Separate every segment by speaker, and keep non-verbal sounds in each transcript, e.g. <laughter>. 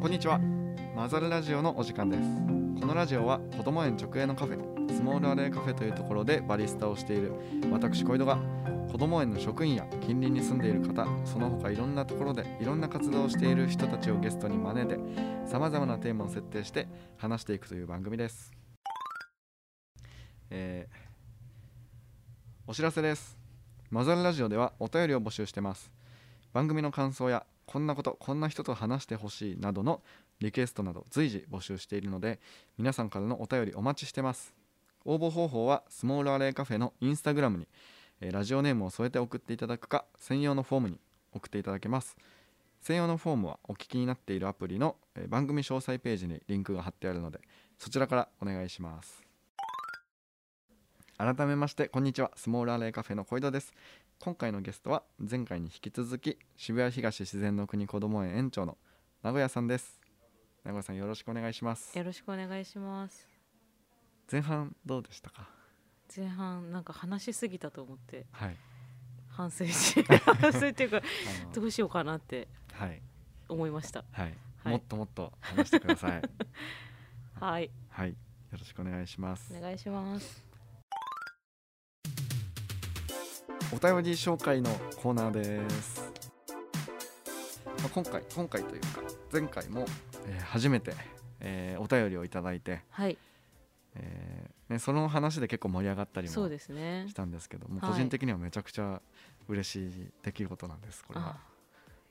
Speaker 1: こんにちはマザルラジオのお時間ですこのラジオは子ども園直営のカフェスモールアレーカフェというところでバリスタをしている私小井戸が子ども園の職員や近隣に住んでいる方その他いろんなところでいろんな活動をしている人たちをゲストに招いてさまざまなテーマを設定して話していくという番組ですえーお知らせですマザルラジオではお便りを募集してます番組の感想やこんなことこんな人と話してほしいなどのリクエストなど随時募集しているので皆さんからのお便りお待ちしてます応募方法はスモールアレイカフェのインスタグラムに、えーラジオネームを添えて送っていただくか専用のフォームに送っていただけます専用のフォームはお聞きになっているアプリの、えー番組詳細ページにリンクが貼ってあるのでそちらからお願いします改めましてこんにちはスモールアレイカフェの小井戸です今回のゲストは前回に引き続き渋谷東自然の国こども園園長の名古屋さんです名古屋さんよろしくお願いします
Speaker 2: よろしくお願いします
Speaker 1: 前半どうでしたか
Speaker 2: 前半なんか話しすぎたと思って
Speaker 1: はい
Speaker 2: 反省し反省ってい
Speaker 1: <laughs>
Speaker 2: うか
Speaker 1: あの
Speaker 2: どうしようかなって
Speaker 1: はい
Speaker 2: 思いました
Speaker 1: はい、
Speaker 2: はい
Speaker 1: もっともっと話してくだ <laughs> さい
Speaker 2: はい
Speaker 1: はいよろしくお願いします
Speaker 2: お願いします
Speaker 1: お便り紹介のコーナーです、まあ、今回今回というか前回も、えー初めて、えーお便りをいただいて、
Speaker 2: はい
Speaker 1: えーね、その話で結構盛り上がったりも
Speaker 2: そうですね
Speaker 1: したんですけども、
Speaker 2: はい
Speaker 1: 個人的にはめちゃくちゃ嬉しい出来事なんですこれは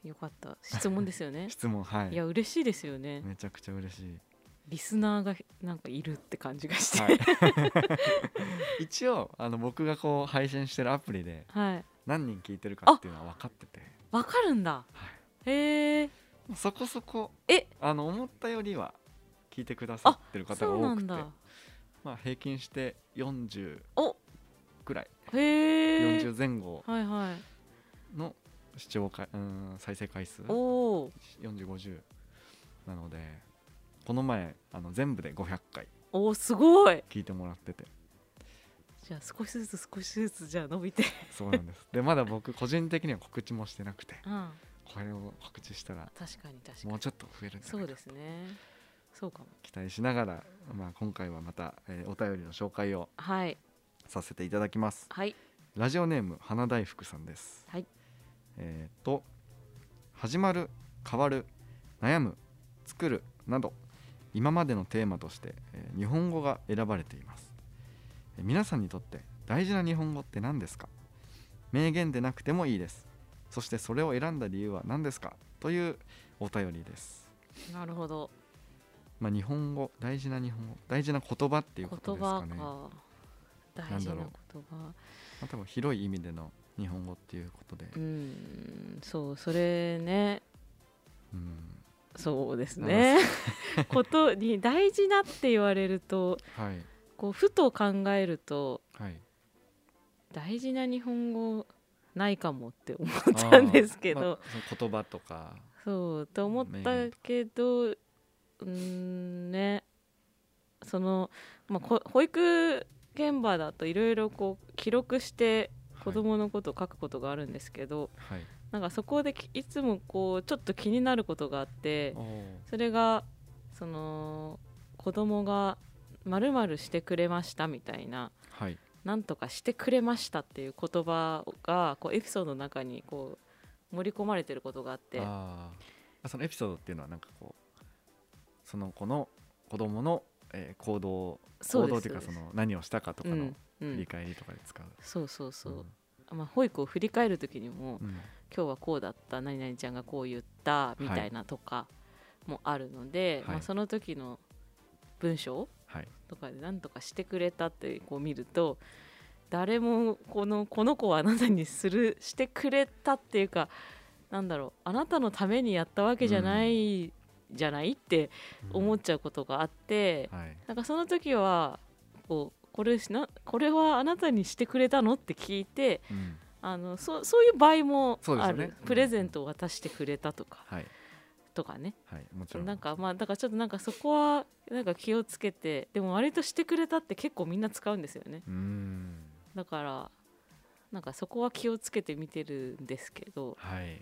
Speaker 2: あよかった質問ですよね
Speaker 1: 質問はい
Speaker 2: いや嬉しいですよね
Speaker 1: めちゃくちゃ嬉しい、
Speaker 2: リスナーがなんかいるって感じがして
Speaker 1: はい、 <laughs> 一応あの僕がこう配信してるアプリで
Speaker 2: はい
Speaker 1: 何人聞いてるかっていうのは分かってて
Speaker 2: わかるんだへえ
Speaker 1: もうそこそこ
Speaker 2: え
Speaker 1: あの思ったよりは聞いてくださってる方が
Speaker 2: そうな
Speaker 1: 多く
Speaker 2: ん
Speaker 1: て
Speaker 2: だ
Speaker 1: まあ、平均して40
Speaker 2: お
Speaker 1: ぐらい、
Speaker 2: へえ
Speaker 1: 40前後
Speaker 2: はいはい
Speaker 1: の視聴回うん再生回数
Speaker 2: おお
Speaker 1: 4050なのでこの前あの全部で500回
Speaker 2: おおすごい
Speaker 1: 聞いてもらってて
Speaker 2: じゃあ少しずつ少しずつじゃあ伸びて
Speaker 1: そうなんですでまだ僕個人的には告知もしてなくて
Speaker 2: うん
Speaker 1: これを告知したら
Speaker 2: 確かに確かに
Speaker 1: もうちょっと増えるんじゃ
Speaker 2: そ
Speaker 1: な
Speaker 2: う
Speaker 1: いか
Speaker 2: ですねそうかも
Speaker 1: 期待しながら、まあ、今回はまた、えーお便りの紹介を
Speaker 2: はい
Speaker 1: させていただきます
Speaker 2: はい
Speaker 1: ラジオネーム花大福さんです
Speaker 2: はい
Speaker 1: えーっと始まる変わる悩む作るなど今までのテーマとして、えー日本語が選ばれています、えー皆さんにとって大事な日本語って何ですか名言でなくてもいいですそしてそれを選んだ理由は何ですかというお便りです
Speaker 2: なるほど
Speaker 1: まあ日本語大事な日本語大事な言葉っていう
Speaker 2: 言
Speaker 1: ことです
Speaker 2: 葉
Speaker 1: かね
Speaker 2: か
Speaker 1: な
Speaker 2: 大
Speaker 1: ん
Speaker 2: 事
Speaker 1: だ
Speaker 2: な
Speaker 1: ろう
Speaker 2: 言葉
Speaker 1: まあ、多分広い意味での日本語っていうことで、
Speaker 2: うんそうそれね
Speaker 1: うん
Speaker 2: そうですねことに大事なって言われると
Speaker 1: はい
Speaker 2: こうふと考えると
Speaker 1: はい
Speaker 2: 大事な日本語ないかもって思っ
Speaker 1: あ
Speaker 2: たん
Speaker 1: ー
Speaker 2: ですけど、
Speaker 1: まあその言葉とか
Speaker 2: そうと思っ
Speaker 1: 名
Speaker 2: た
Speaker 1: 言と
Speaker 2: けどうーんねその、まあ、こ保育現場だといろいろこう記録して子供のことを書くことがあるんですけど、
Speaker 1: はい、はい
Speaker 2: なんかそこできいつもこうちょっと気になることがあって
Speaker 1: おー
Speaker 2: それがその子供が「まるしてくれました」みたいな
Speaker 1: はい
Speaker 2: 「なんとかしてくれました」っていう言葉がこうエピソードの中にこう盛り込まれてることがあって。
Speaker 1: あーそのエピソードっていうのはなんかこうその子の子供の、えー行動
Speaker 2: そ
Speaker 1: 行
Speaker 2: うで
Speaker 1: 動と
Speaker 2: す
Speaker 1: いうかそ
Speaker 2: そうです
Speaker 1: の何をしたかとか
Speaker 2: う
Speaker 1: の
Speaker 2: んう
Speaker 1: 振り
Speaker 2: ん、
Speaker 1: 返りとかで使う、、
Speaker 2: そうそうそううんまあ、保育を振り返る時にも、
Speaker 1: うん
Speaker 2: 今日はこうだった何々ちゃんがこう言ったみたいなとかもあるので、
Speaker 1: はい
Speaker 2: まあ、その時の文章
Speaker 1: はい
Speaker 2: とかで何とかしてくれたってこう見ると誰もこのこの子はあなたにするしてくれたっていうかなんだろうあなたのためにやったわけじゃない、じゃないって思っちゃうことがあって、
Speaker 1: うんはい
Speaker 2: なんかその時はこうこれしなこれはあなたにしてくれたのって聞いて
Speaker 1: うん
Speaker 2: あのそうそういう場合も
Speaker 1: そうです
Speaker 2: あ
Speaker 1: よ
Speaker 2: る、
Speaker 1: ねうん
Speaker 2: プレゼントを渡してくれたとか
Speaker 1: はい
Speaker 2: とかね
Speaker 1: はいもちろん
Speaker 2: なんかまあだからちょっとなんかそこはなんか気をつけてでも割としてくれたって結構みんな使うんですよね
Speaker 1: うーん
Speaker 2: だからなんかそこは気をつけて見てるんですけど
Speaker 1: はい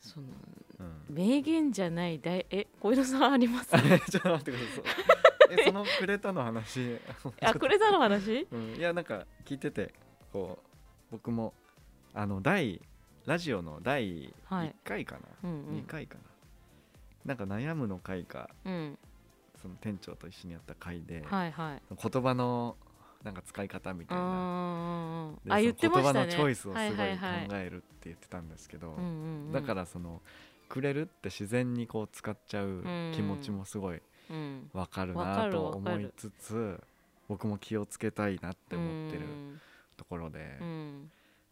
Speaker 2: その <laughs>
Speaker 1: うん、
Speaker 2: 名言じゃないだいえ小色さんあり
Speaker 1: <laughs>
Speaker 2: ます
Speaker 1: ちょっと待ってくださいえそのくれたの話 <laughs>
Speaker 2: あくれたの話
Speaker 1: うん、いやなんか聞いててこう僕もあの第ラジオの第
Speaker 2: はい
Speaker 1: 1回かな、
Speaker 2: うんう
Speaker 1: 2
Speaker 2: ん
Speaker 1: 回かななんか悩むの回か
Speaker 2: うん
Speaker 1: その店長と一緒にやった回で、
Speaker 2: はいはい
Speaker 1: 言葉のなんか使い方みたいな
Speaker 2: あ
Speaker 1: で
Speaker 2: ー
Speaker 1: そ
Speaker 2: あ
Speaker 1: の
Speaker 2: 言ってましたね
Speaker 1: 言葉のチョイスをすごい考
Speaker 2: はいはいはい
Speaker 1: えるって言ってたんですけど、
Speaker 2: うんうんうん
Speaker 1: だからそのくれるって自然にこう使っちゃう気持ちもすごい
Speaker 2: うん
Speaker 1: わかる
Speaker 2: わか
Speaker 1: な
Speaker 2: る
Speaker 1: と
Speaker 2: わか
Speaker 1: 思
Speaker 2: る
Speaker 1: いつつ僕も気をつけたいなって思ってる
Speaker 2: うん
Speaker 1: ところで、
Speaker 2: うん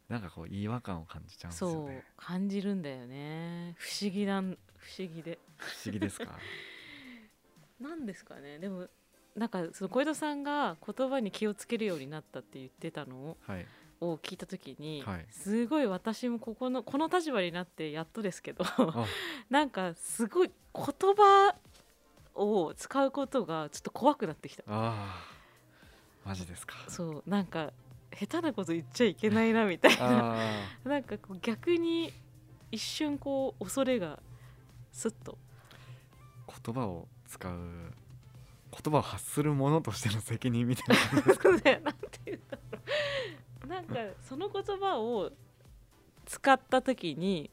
Speaker 1: なんかこう違和感を感じちゃうんですよ
Speaker 2: そう
Speaker 1: ね
Speaker 2: 感じるんだよね不思議なん不思議で
Speaker 1: 不思議です
Speaker 2: <laughs>
Speaker 1: か
Speaker 2: なんですかねでもなんかその小江戸さんが言葉に気をつけるようになったって言ってたの
Speaker 1: はい
Speaker 2: を聞いた時に、
Speaker 1: はい
Speaker 2: すごい私もここのこの立場になってやっとですけど
Speaker 1: あ
Speaker 2: <laughs> なんかすごい言葉を使うことがちょっと怖くなってきた
Speaker 1: あーマジですか
Speaker 2: そうなんか下手なこと言っちゃいけないなみたいな
Speaker 1: あ
Speaker 2: <laughs> なんかこう逆に一瞬こう恐れがすっと <laughs>
Speaker 1: ー言葉を使う言葉を発するものとしての責任みたい
Speaker 2: <laughs>
Speaker 1: な感じですか
Speaker 2: なんて言うんだろうなんかその言葉を使った時に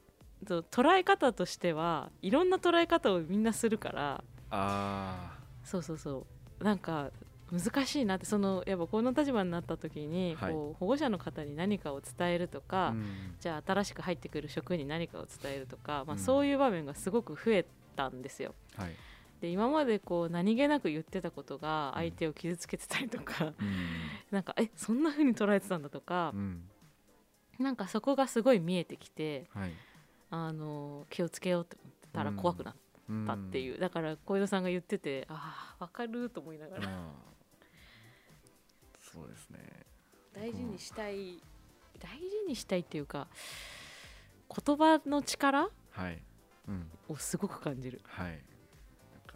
Speaker 2: そう捉え方としてはいろんな捉え方をみんなするから
Speaker 1: あ
Speaker 2: そうそうそうなんか難しいなってそのやっぱこの立場になった時に、
Speaker 1: はい
Speaker 2: こう保護者の方に何かを伝えると
Speaker 1: あ、
Speaker 2: か、
Speaker 1: うん
Speaker 2: じゃあ新しく入ってくる職員に何かを伝えるとか、まあ、
Speaker 1: うん
Speaker 2: そういう場面がすごく増えたんですよ。
Speaker 1: はい
Speaker 2: で今までこう何気なく言ってたことが相手を傷つけてたりとか、 <laughs>
Speaker 1: うん
Speaker 2: なんかえそんな風に捉えてたんだとか
Speaker 1: う、ん
Speaker 2: なんかそこがすごい見えてきて
Speaker 1: はい
Speaker 2: あの気をつけようって思ってたら
Speaker 1: うん
Speaker 2: 怖くなっ
Speaker 1: うん
Speaker 2: たっていう、だから小江戸さんが言っててああ分かると思いながら、
Speaker 1: うんそうですね
Speaker 2: 大事にしたい大事にしたいっていうか言葉の力
Speaker 1: はいうん
Speaker 2: をすごく感じる。
Speaker 1: はいなんか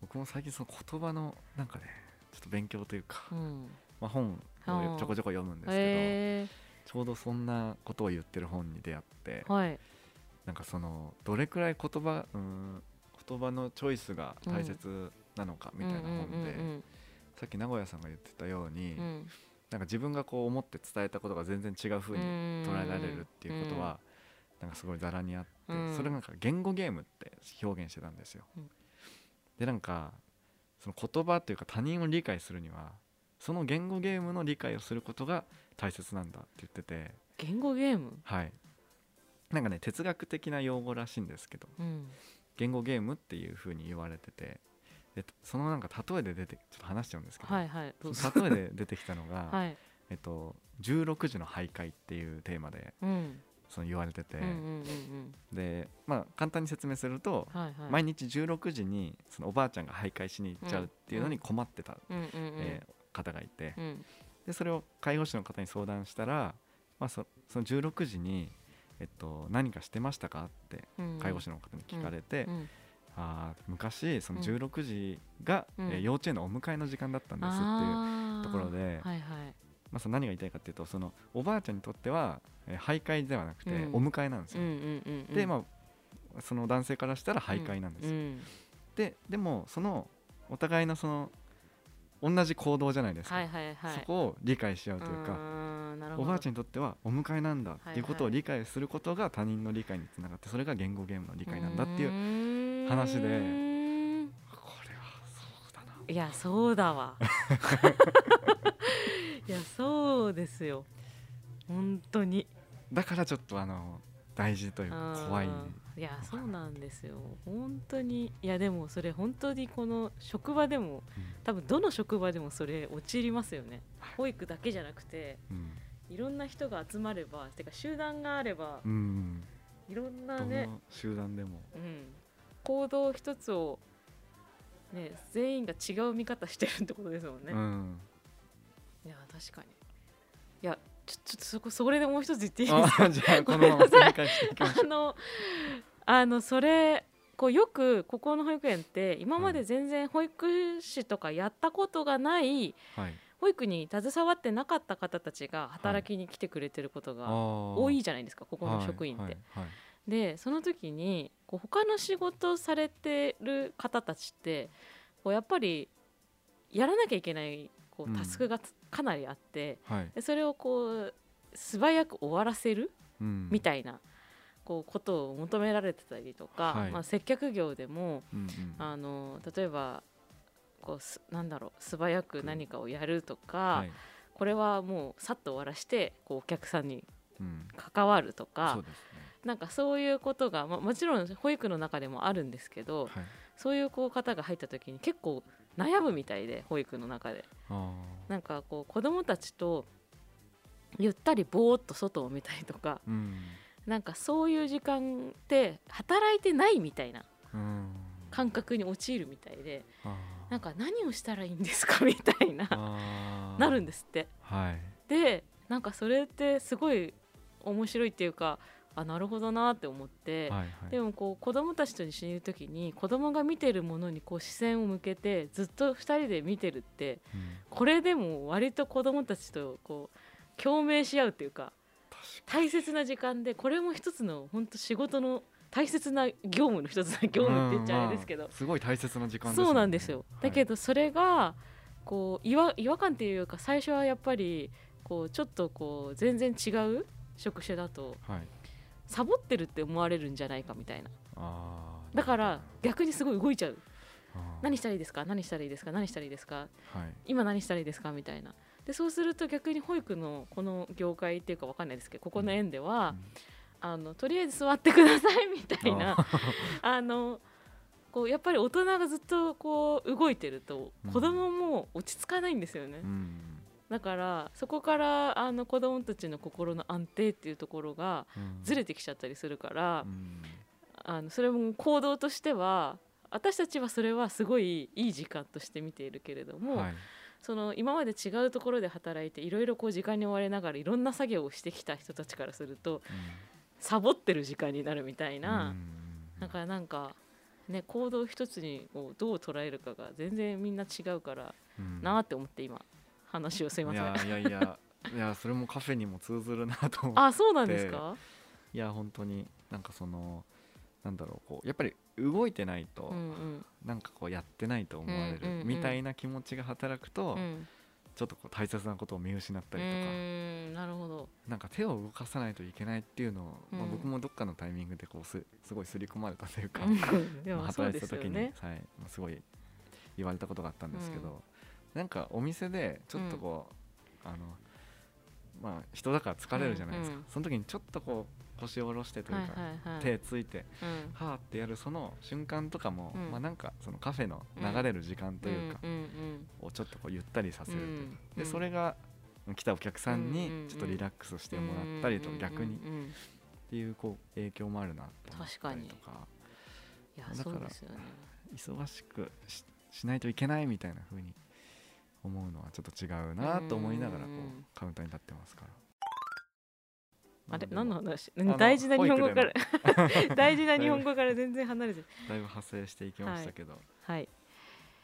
Speaker 1: 僕も最近その言葉のなんかねちょっと勉強というか、
Speaker 2: うん、
Speaker 1: まあ、本
Speaker 2: あー
Speaker 1: をちょこちょこ読むんですけど、
Speaker 2: え
Speaker 1: ちょうどそんなことを言ってる本に出会って
Speaker 2: ー、はい、
Speaker 1: なんかそのどれくらい言葉うーん言葉のチョイスが大切なのかみたいな本で
Speaker 2: うん
Speaker 1: さっき名古屋さんが言ってたように、
Speaker 2: うんうんうん
Speaker 1: なんか自分がこう思って伝えたことが全然違う風に捉えられるっていうことは、なんかすごいざらにあって、
Speaker 2: うん
Speaker 1: それなんか言語ゲームって表現してたんですよ。
Speaker 2: うん
Speaker 1: でなんかその言葉というか他人を理解するにはその言語ゲームの理解をすることが大切なんだって言ってて、
Speaker 2: 言語ゲーム、
Speaker 1: はい、なんかね哲学的な用語らしいんですけど
Speaker 2: うん
Speaker 1: 言語ゲームっていう風に言われててでそのなんか例えで出てちょっと話しちゃうんですけど、
Speaker 2: はいはいどうぞ
Speaker 1: その例えで出てきたのが、
Speaker 2: <laughs> はい、
Speaker 1: えっと、16時の徘徊っていうテーマで
Speaker 2: うん、
Speaker 1: その言われてて、
Speaker 2: うんうんうんうん
Speaker 1: で、まあ、簡単に説明すると、
Speaker 2: はいはい、
Speaker 1: 毎日16時にそのおばあちゃんが徘徊しに行っちゃうっていうのに困ってた、
Speaker 2: うんうんうん
Speaker 1: えー方がいて
Speaker 2: うん
Speaker 1: でそれを介護士の方に相談したら、まあ、そその16時に、えっと、何かしてましたかって
Speaker 2: うん
Speaker 1: 介護士の方に聞かれて、
Speaker 2: うん
Speaker 1: あー昔その
Speaker 2: うん
Speaker 1: 16時が、
Speaker 2: うん
Speaker 1: えー幼稚園のお迎えの時間だったんですっていう
Speaker 2: あー
Speaker 1: ところで
Speaker 2: はいはい
Speaker 1: まあ、その何が言いたいかっていうとそのおばあちゃんにとっては、えー徘徊ではなくて、
Speaker 2: うん
Speaker 1: お迎えなんです
Speaker 2: うん
Speaker 1: よ、
Speaker 2: うんうんうん
Speaker 1: でまあその男性からしたら徘徊なんですよ、
Speaker 2: うん
Speaker 1: ででもそのお互いのその同じ行動じゃないですか、
Speaker 2: はいはいはい
Speaker 1: そこを理解し合うというか、
Speaker 2: あーなるほ
Speaker 1: お
Speaker 2: ど
Speaker 1: ばあちゃんにとってはお迎えなんだっていうことを
Speaker 2: はいは
Speaker 1: 理解することが他人の理解につながってそれが言語ゲームの理解なんだっていう
Speaker 2: うーん
Speaker 1: 話でこれはそうだない
Speaker 2: やそうだ
Speaker 1: <laughs>
Speaker 2: わいやそうですよ本当に
Speaker 1: だからちょっとあの大事という
Speaker 2: あ
Speaker 1: か
Speaker 2: ー
Speaker 1: 怖い
Speaker 2: いやそうなんですよ本当にいやでもそれ本当にこの職場でも多分どの職場でもそれ陥りますよね保育だけじゃなくて
Speaker 1: うん
Speaker 2: いろんな人が集まればてか集団があれば
Speaker 1: うん、うん
Speaker 2: いろんな
Speaker 1: ど
Speaker 2: ね、
Speaker 1: の集団でも
Speaker 2: うん、行動一つを、ね、全員が違う見方してるってことですもんね、 <laughs>
Speaker 1: うん、
Speaker 2: いや確かにいやちょちょっとそこそれでもう一つ言っていいですか
Speaker 1: あじゃあこのまま正解していきましょ
Speaker 2: <laughs> あのあのそれこうよくここの保育園って今まで全然保育士とかやったことがない、
Speaker 1: う。はい。
Speaker 2: 保育に携わってなかった方たちが働きに来てくれてることが
Speaker 1: 多
Speaker 2: 多いじゃないですか、ここの職員って。
Speaker 1: はい。はい
Speaker 2: でその時にこう他の仕事をされてる方たちってこうやっぱりやらなきゃいけないこ
Speaker 1: うん
Speaker 2: うタスクがつかなりあって、
Speaker 1: はい、
Speaker 2: でそれをこう素早く終わらせる
Speaker 1: うん、
Speaker 2: みたいな、こうことを求められてたりとか、
Speaker 1: はい
Speaker 2: まあ、接客業でも
Speaker 1: うんうん
Speaker 2: あの例えばこうすなんだろう素早く何かをやるとか、
Speaker 1: はい
Speaker 2: これはもうさっと終わらしてこうお客さんに
Speaker 1: うん、
Speaker 2: 関わるとか
Speaker 1: そうですね
Speaker 2: なんかそういうことが、まあ、もちろん保育の中でもあるんですけど、
Speaker 1: はい
Speaker 2: そういうこう方が入った時に結構悩むみたいで保育の中で
Speaker 1: あー
Speaker 2: なんかこう子どもたちとゆったりぼーっと外を見たりとか
Speaker 1: うん
Speaker 2: なんかそういう時間って働いてないみたいな
Speaker 1: うん
Speaker 2: 感覚に陥るみたいで
Speaker 1: あー
Speaker 2: なんか何をしたらいいんですかみたいな
Speaker 1: あー
Speaker 2: なるんですって。
Speaker 1: はい
Speaker 2: でなんかそれってすごい面白いっていうかあなるほどなって思って。
Speaker 1: はいはい
Speaker 2: でもこう子供たちと一緒にいる時に子供が見てるものにこう視線を向けてずっと2人で見てるって
Speaker 1: うん
Speaker 2: これでも割と子供たちとこう共鳴し合うっていうか大切な時間でこれも一つの本当仕事の大切な業務の一つの業務って言っちゃあれですけど、
Speaker 1: うんまあすごい大切な時間ですもね
Speaker 2: そうなんですよ、だけ
Speaker 1: ど、
Speaker 2: どそれがこう違和違和感っていうか最初はやっぱりこうちょっとこう全然違う職種だと
Speaker 1: はいはい、
Speaker 2: サボってるって思われるんじゃないかみたいな
Speaker 1: あー
Speaker 2: だから
Speaker 1: なる
Speaker 2: 逆にすごい動いちゃう
Speaker 1: ほどあー
Speaker 2: 何したらいいですか何したらいいですか何したらいいですか
Speaker 1: はい
Speaker 2: 今何したらいいですかみたいなでそうすると逆に保育のこの業界っていうかわかんないですけどここの園では、あのとりあえず座ってくださいみたいな <laughs> あのこうやっぱり大人がずっとこう動いてると
Speaker 1: うん
Speaker 2: 子供も落ち着かないんですよね、
Speaker 1: うん
Speaker 2: だからそこからあの子供たちの心の安定っていうところが
Speaker 1: うん
Speaker 2: ずれてきちゃったりするから、
Speaker 1: うん
Speaker 2: あのそれも行動としては私たちはそれはすごいいい時間として見ているけれども、
Speaker 1: はい
Speaker 2: その今まで違うところで働いていろいろこう時間に追われながらいろんな作業をしてきた人たちからするとサボってる時間になるみたいな、だからなんか、ね、行動一つにこうどう捉えるかが全然みんな違うからなー
Speaker 1: あ
Speaker 2: って思って今話をすいません。
Speaker 1: いやいやいやいやそれもカフェにも通ずるなと思う
Speaker 2: <laughs> あそうなんですか、
Speaker 1: いや本当になんかそのなんだろうこうやっぱり動いてないと、
Speaker 2: うんうん
Speaker 1: なんかこうやってないと思われ
Speaker 2: うんうんう
Speaker 1: る
Speaker 2: ん
Speaker 1: みたいな気持ちが働くと、
Speaker 2: うん、
Speaker 1: ちょっとこう大切なことを見失った
Speaker 2: う
Speaker 1: りとか、
Speaker 2: ーんなるほど
Speaker 1: なんか手を動かさないといけないっていうのを、まあ
Speaker 2: うん
Speaker 1: 僕もどっかのタイミングでこうすすごい刷り込まれたというか、
Speaker 2: うんで
Speaker 1: <laughs> まあ
Speaker 2: もそう
Speaker 1: 働
Speaker 2: で
Speaker 1: いて
Speaker 2: す
Speaker 1: た
Speaker 2: よ
Speaker 1: 時に
Speaker 2: ね。
Speaker 1: はい、まあすごい言われたことがあったんですけど、
Speaker 2: う
Speaker 1: なんかお店でちょっとこう、あのまあ人だから疲れるじゃないですか、
Speaker 2: うんうん
Speaker 1: その時にちょっとこう腰を下ろしてという
Speaker 2: はい
Speaker 1: か、
Speaker 2: はいはい、
Speaker 1: 手ついて
Speaker 2: うん
Speaker 1: はーってやるその瞬間とかも、
Speaker 2: うん
Speaker 1: まあ、なんかそのカフェの流れる時間というか、
Speaker 2: んん
Speaker 1: をちょっとこうゆったりさせるというか、
Speaker 2: う
Speaker 1: で
Speaker 2: ん
Speaker 1: それが来たお客さん
Speaker 2: うんうんう
Speaker 1: に
Speaker 2: ん
Speaker 1: ちょっとリラックスしてもらったりと逆にっ
Speaker 2: うんうんうんうん
Speaker 1: ていうこう影響もあるなと思ったりとか
Speaker 2: いや
Speaker 1: だか
Speaker 2: そ
Speaker 1: ら
Speaker 2: うですよね
Speaker 1: 忙しくししないといけないみたいな風に思うのはちょっと違うなと思いながらこ
Speaker 2: うんうんうん
Speaker 1: うカウンターに立ってますから。
Speaker 2: あれ
Speaker 1: な
Speaker 2: 何の
Speaker 1: で
Speaker 2: 話
Speaker 1: の
Speaker 2: 大事な日本語から <laughs> 大事な日本
Speaker 1: だ
Speaker 2: 語から全然離れてる
Speaker 1: だいぶ派生していきましたけど、
Speaker 2: はい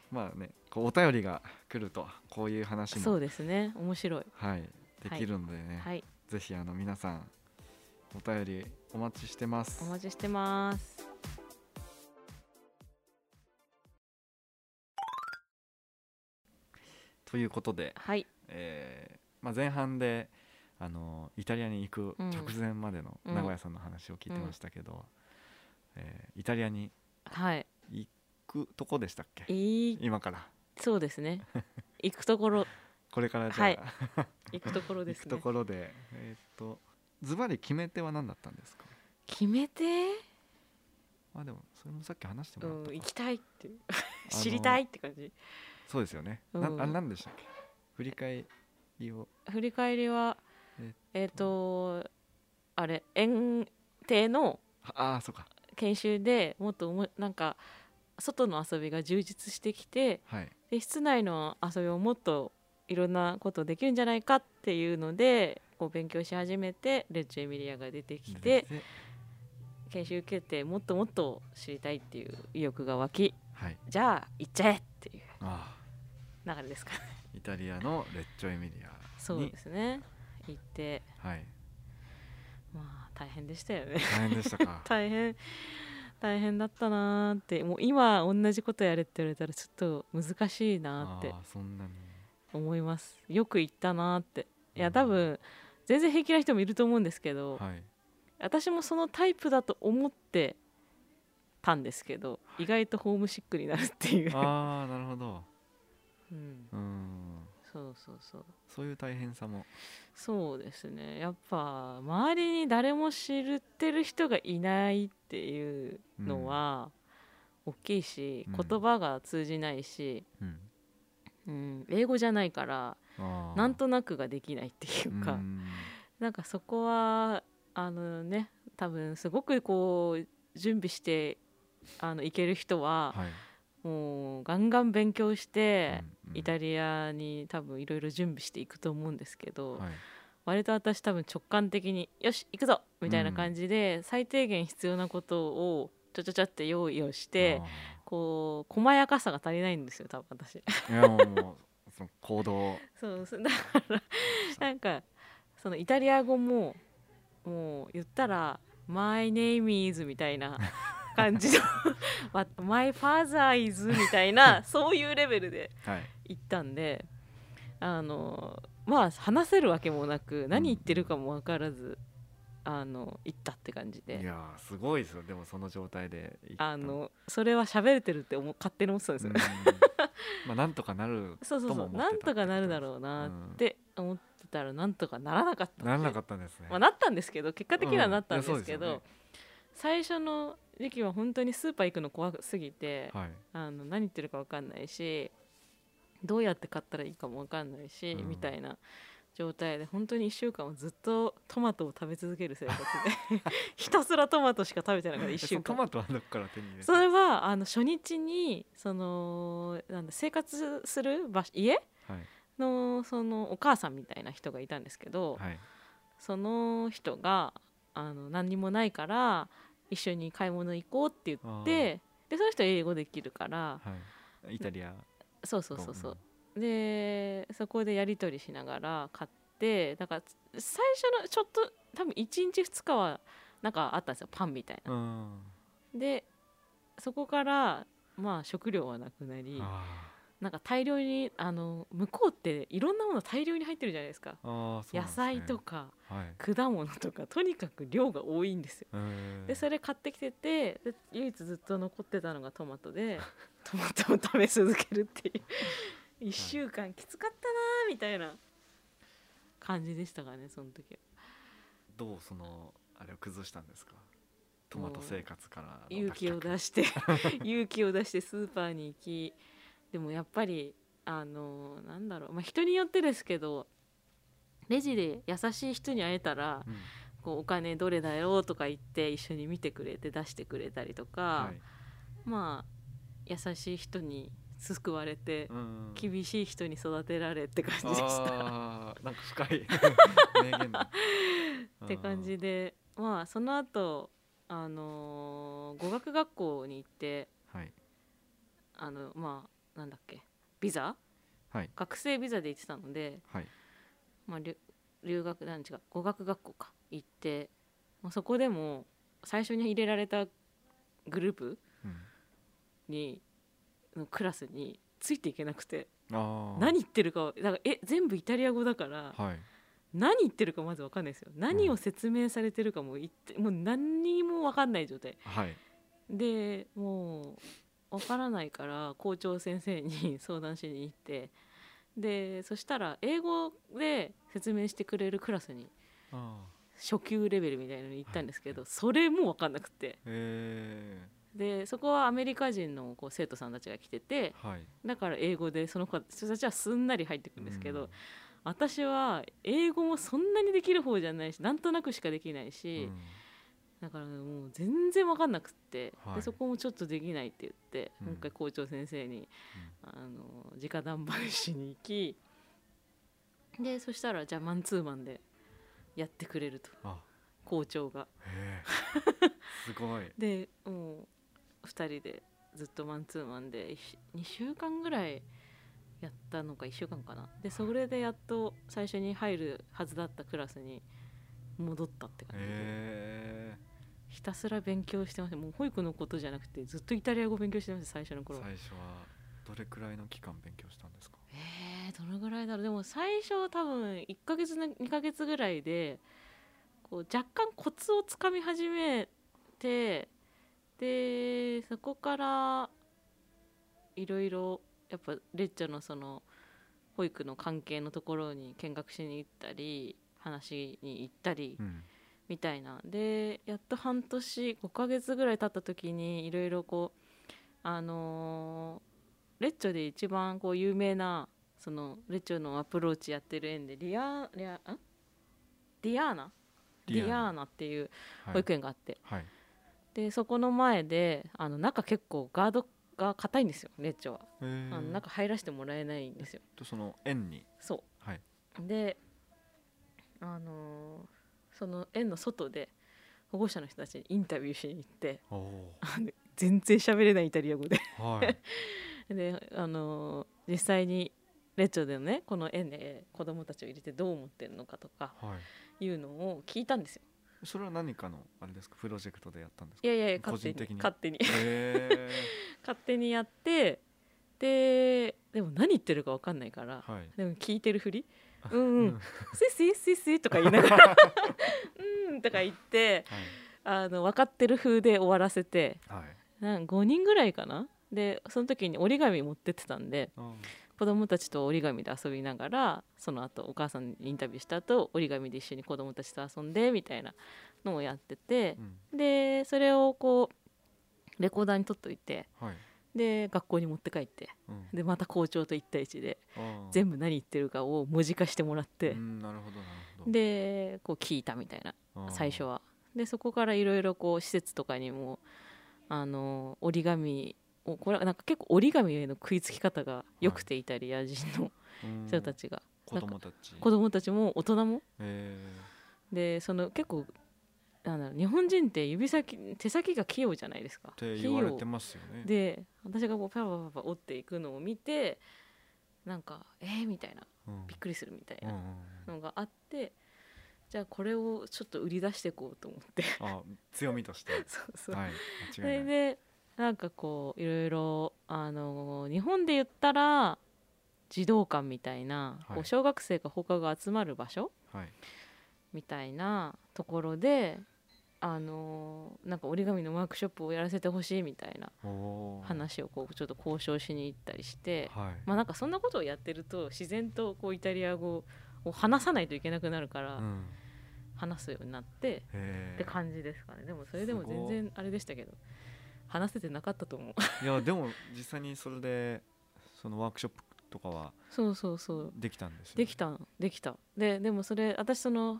Speaker 1: まあねこうお便りが来るとこういう話
Speaker 2: そう
Speaker 1: も、
Speaker 2: ですね面白い
Speaker 1: はい、できるのでね、
Speaker 2: はい
Speaker 1: ぜひあの皆さんお便りお待ちしてます
Speaker 2: お。待ちしてます
Speaker 1: ということで、
Speaker 2: はい
Speaker 1: えーまあ、前半であのイタリアに行く
Speaker 2: うん
Speaker 1: 直前までの
Speaker 2: うん
Speaker 1: 名古屋さんの話を聞いてましたけど、えーイタリアに
Speaker 2: はい
Speaker 1: 行くとこでしたっけ
Speaker 2: いい
Speaker 1: 今から
Speaker 2: そうで
Speaker 1: <laughs>
Speaker 2: すね行くところ
Speaker 1: これからじゃあ、
Speaker 2: はい行くところで
Speaker 1: 行
Speaker 2: す
Speaker 1: く
Speaker 2: ね
Speaker 1: ところでえーっとズバリ決め手は何だったんですか
Speaker 2: 決めて
Speaker 1: まあでもそれもさっき話して
Speaker 2: う
Speaker 1: もら
Speaker 2: ん
Speaker 1: ったか、
Speaker 2: 行きたいっていう
Speaker 1: あの
Speaker 2: 知りたいって感じ
Speaker 1: そうですよね、
Speaker 2: うん
Speaker 1: なあれ何でしたっけ振り返りを
Speaker 2: 振り返りは
Speaker 1: えっ
Speaker 2: えっとあれ園庭の
Speaker 1: ああそうか
Speaker 2: 研修でもっとおもなんか外の遊びが充実してきて
Speaker 1: はい
Speaker 2: で室内の遊びをもっといろんなことできるんじゃないかっていうのでこう勉強し始めてレッジエミリアが出てきて研修受けてもっともっと知りたいっていう意欲が湧き
Speaker 1: はい
Speaker 2: じゃあ行っちゃえっていう
Speaker 1: あ
Speaker 2: 流れですかね
Speaker 1: ーイタリアのレッジョエミリアに
Speaker 2: そうですね行って
Speaker 1: はい
Speaker 2: まあ大変でしたよね <laughs>
Speaker 1: 大変でしたか
Speaker 2: 大変大変だったなーってもう今同じことやれって言われたらちょっと難しいなーって
Speaker 1: あーそんなに
Speaker 2: 思いますよく言ったなーっていや
Speaker 1: うん
Speaker 2: 多分全然平気な人もいると思うんですけど、
Speaker 1: はい
Speaker 2: 私もそのタイプだと思ってたんですけど意外とホームシックになるっていう、
Speaker 1: ああなるほど
Speaker 2: <laughs> うん、
Speaker 1: うん
Speaker 2: そうそうそう
Speaker 1: そういう大変さも
Speaker 2: そうですねやっぱ周りに誰も知ってる人がいないっていうのは大きいし、
Speaker 1: うん
Speaker 2: 言葉が通じないし、
Speaker 1: うん
Speaker 2: うん、英語じゃないから
Speaker 1: あー
Speaker 2: なんとなくができないっていうか、
Speaker 1: ん
Speaker 2: なんかそこはあのね多分すごくこう準備してあの行ける人は、
Speaker 1: はい
Speaker 2: もうガンガン勉強して、
Speaker 1: うんうん
Speaker 2: イタリアに多分いろいろ準備していくと思うんですけど、
Speaker 1: はい
Speaker 2: 割と私多分直感的によし行くぞみたいな感じで、最低限必要なことをちょちょちょって用意をしてこう細やかさが足りないんですよ多分私 <laughs>
Speaker 1: あーいやもうもうその行動
Speaker 2: そうそうだからなんかそのイタリア語ももう言ったら「My name is」みたいな感
Speaker 1: <laughs>
Speaker 2: じの「What My father is」みたいなそういうレベルで
Speaker 1: はい
Speaker 2: 行ったんであのまあ話せるわけもなく何言ってるかも分からず、あの行ったって感じ
Speaker 1: い
Speaker 2: で。
Speaker 1: やーすごいですよでもその状態で行った
Speaker 2: あのそれは喋れてるって思う勝手に思ってたんです
Speaker 1: うん
Speaker 2: よ、
Speaker 1: <laughs> まあなんとかなる
Speaker 2: <laughs> そうそう
Speaker 1: とも思
Speaker 2: そう
Speaker 1: ってた
Speaker 2: なんとかなるだろうなって思ってたらなんとかならなかったってい
Speaker 1: な
Speaker 2: う
Speaker 1: らなかったんですね
Speaker 2: まあ、なったんですけど結果的にはなったんですけ
Speaker 1: うんい
Speaker 2: ど、
Speaker 1: やそう
Speaker 2: 最初の時期は本当にスーパー行くの怖すぎて、
Speaker 1: はい
Speaker 2: あの何言ってるか分かんないしどうやって買ったらいいかも分かんないし、
Speaker 1: うん
Speaker 2: みたいな状態で本当に1週間はずっとトマトを食べ続ける
Speaker 1: <laughs>
Speaker 2: 生活でひたすらトマトしか食べてなかった1
Speaker 1: えそ
Speaker 2: 週
Speaker 1: のト
Speaker 2: 間
Speaker 1: マトはどこから手に入れ
Speaker 2: それはあの初日にそのなんだ生活する場所家
Speaker 1: はい
Speaker 2: のそのお母さんみたいな人がいたんですけど、
Speaker 1: はい
Speaker 2: その人があの何にもないから一緒に買い物行こうって言ってでその人英語できるから
Speaker 1: はいイタリア
Speaker 2: そうそうそうそう、でそこでやり取りしながら買ってだから最初のちょっと多分1日2日はなんかあったんですよパンみたいな。
Speaker 1: うん
Speaker 2: でそこからまあ食料はなくなり
Speaker 1: あ
Speaker 2: なんか大量にあの向こうっていろんなもの大量に入ってるじゃないですか
Speaker 1: ーあーそうなん
Speaker 2: 野
Speaker 1: ですね
Speaker 2: 菜とか
Speaker 1: はい
Speaker 2: 果物とかとにかく量が多いんですよでそ
Speaker 1: れ
Speaker 2: れ買ってきててで唯一ずっと残ってたのがトマトでトマトを食べ続けるっていう1週間きつかったなーみたいな感じでしたからねその時は
Speaker 1: どうそのあれを崩したんですかトマト生活からの
Speaker 2: 勇気を出
Speaker 1: し
Speaker 2: して <laughs> 勇気を出してスーパーに行きでもやっぱりあのーなんだろう、まあ、人によってですけどレジで優しい人に会えたらこうお金どれだよとか言って一緒に見てくれて出してくれたりとか。
Speaker 1: はい
Speaker 2: まあ優しい人に救われて、
Speaker 1: うん
Speaker 2: 厳しい人に育てられって感じでした。
Speaker 1: あーなんか深
Speaker 2: <laughs>
Speaker 1: い名言だ
Speaker 2: って感じでまあその後あのー語学学校に行って
Speaker 1: うんはい
Speaker 2: あのまあなんだっけビザ
Speaker 1: はい
Speaker 2: 学生ビザで行ってたので、
Speaker 1: はい
Speaker 2: まあ、留留学なん違う語学学校か行って、まあ、そこでも最初に入れられたグループ
Speaker 1: うん
Speaker 2: にのクラスについていけなくて
Speaker 1: あー
Speaker 2: 何言ってるかだからえ全部イタリア語だから
Speaker 1: はい
Speaker 2: 何言ってるかまず分かんないですよ何を説明されてるかも言って、もう何にも分かんない状態
Speaker 1: はい
Speaker 2: でもう分からないから校長先生に相談しに行ってでそしたら英語で説明してくれるクラスに
Speaker 1: あー
Speaker 2: 初級レベルみたいなのに行ったんですけど、それも分かんなくて
Speaker 1: え
Speaker 2: でそこはアメリカ人のこう生徒さんたちが来てて
Speaker 1: ーはい
Speaker 2: だから英語でその子人たちはすんなり入ってくるんですけ
Speaker 1: う
Speaker 2: ど、
Speaker 1: ん
Speaker 2: 私は英語もそんなにできる方じゃないしなんとなくしかできないし、
Speaker 1: うん
Speaker 2: だからもう全然分かんなくって、
Speaker 1: はい
Speaker 2: でそこもちょっとできないって言って、
Speaker 1: うん
Speaker 2: もう一回校長先生に、あの直談判しに行きでそしたらじゃあマンツーマンでやってくれると
Speaker 1: あ
Speaker 2: 校長が。
Speaker 1: へえ
Speaker 2: <laughs>
Speaker 1: すごい
Speaker 2: でもう2人でずっとマンツーマンで2週間ぐらいやったのか1週間かなでそれでやっと最初に入るはずだったクラスに戻ったって感じで、
Speaker 1: え
Speaker 2: ひたすら勉強してましたもう保育のことじゃなくてずっとイタリア語勉強してました最初の
Speaker 1: ー、
Speaker 2: 頃
Speaker 1: 最初はどれくらいの期間勉強したんですか
Speaker 2: えー、どのぐらいだろうでも最初多分1ヶ月な2ヶ月ぐらいでこう若干コツをつかみ始めてでそこからいろいろやっぱレッチャのその保育の関係のところに見学しに行ったり話に行ったり
Speaker 1: うん
Speaker 2: みたいなでやっと半年5ヶ月ぐらい経った時にいろいろこうあのーレッチョで一番こう有名なそのレッチョのアプローチやってる園でリアリアんディアーナディアーナっていう保育園があって、
Speaker 1: はい、はい
Speaker 2: でそこの前であの中結構ガードが硬いんですよレッチョは、
Speaker 1: えー、
Speaker 2: あの中入らせてもらえないんですよ
Speaker 1: とその円に
Speaker 2: そう
Speaker 1: はい
Speaker 2: であのーその園の外で保護者の人たちにインタビューしに行って
Speaker 1: おお
Speaker 2: あの全然喋れないイタリア <laughs> 語で
Speaker 1: はい
Speaker 2: で、あのー実際にレッチョでのねこの園で子供たちを入れてどう思ってるのかとか
Speaker 1: はい
Speaker 2: いうのを聞いたんですよ
Speaker 1: それは何かのあれですかプロジェクトでやったんです
Speaker 2: い
Speaker 1: か
Speaker 2: やいやいや
Speaker 1: 個
Speaker 2: 勝手
Speaker 1: 人
Speaker 2: に
Speaker 1: 的に
Speaker 2: 勝手に <laughs>
Speaker 1: え
Speaker 2: 勝手にやってででも何言ってるか分かんないから、
Speaker 1: ー、はい
Speaker 2: でも聞いて
Speaker 1: <laughs>
Speaker 2: るふりうん
Speaker 1: う
Speaker 2: うんん「スイスイスイスイ」とか言いながら
Speaker 1: <laughs>
Speaker 2: 「うん」とか言ってあの分かってる風で終わらせて
Speaker 1: はいはい
Speaker 2: なん5人ぐらいかなでその時に折り紙持ってってたんで
Speaker 1: あー
Speaker 2: 子供たちと折り紙で遊びながらその後お母さんにインタビューした後折り紙で一緒に子供たちと遊んでみたいなのをやってて
Speaker 1: う、ん
Speaker 2: でそれをこうレコーダーに撮っといて
Speaker 1: はい
Speaker 2: で学校に持って帰って
Speaker 1: うん
Speaker 2: でまた校長と1対1で
Speaker 1: あー
Speaker 2: 全部何言ってるかを文字化してもらって
Speaker 1: う、んなるほどなるほど
Speaker 2: でこう聞いたみたいな
Speaker 1: あー
Speaker 2: 最初は。でそこからいろいろこう施設とかにもあの折り紙をこれはなんか結構折り紙への食いつき方が良くて、イタリア人の
Speaker 1: うん
Speaker 2: 人たちが、
Speaker 1: 子供たち
Speaker 2: 子供たちも大人も
Speaker 1: え
Speaker 2: でその結構なんだろう日本人って指先手先が器用じゃないですか。
Speaker 1: ー、って
Speaker 2: 器
Speaker 1: 言われ
Speaker 2: 用
Speaker 1: てますよね
Speaker 2: で私がこうパパパパ折っていくのを見てなんかえー、みたいな
Speaker 1: うん
Speaker 2: びっくりするみたい
Speaker 1: うんう
Speaker 2: なん
Speaker 1: うん
Speaker 2: のがあってじゃあこれをちょっと売り出していこうと思って <laughs>
Speaker 1: あ強みとして
Speaker 2: そうそう
Speaker 1: はい
Speaker 2: そ
Speaker 1: 間違
Speaker 2: れ
Speaker 1: いない
Speaker 2: でなんかこういろいろあの日本で言ったら児童館みたいな、
Speaker 1: はい
Speaker 2: こう小学生が他が集まる場所
Speaker 1: はい
Speaker 2: みたいなところであのなんか折り紙のワークショップをやらせてほしいみたいな
Speaker 1: おお
Speaker 2: 話をこうちょっと交渉しに行ったりして、
Speaker 1: はい
Speaker 2: まあなんかそんなことをやってると自然とこうイタリア語を話さないといけなくなるから
Speaker 1: うん
Speaker 2: 話すようになって、
Speaker 1: へー
Speaker 2: って感じですかねでもそれでも
Speaker 1: すご
Speaker 2: 全
Speaker 1: い
Speaker 2: 然あれでしたけど話せてなかったと思う
Speaker 1: いやでも実際にそれでそのワークショップとかは
Speaker 2: そうそうそう
Speaker 1: できたんですよ、ね、
Speaker 2: できたんできたででもそれ私その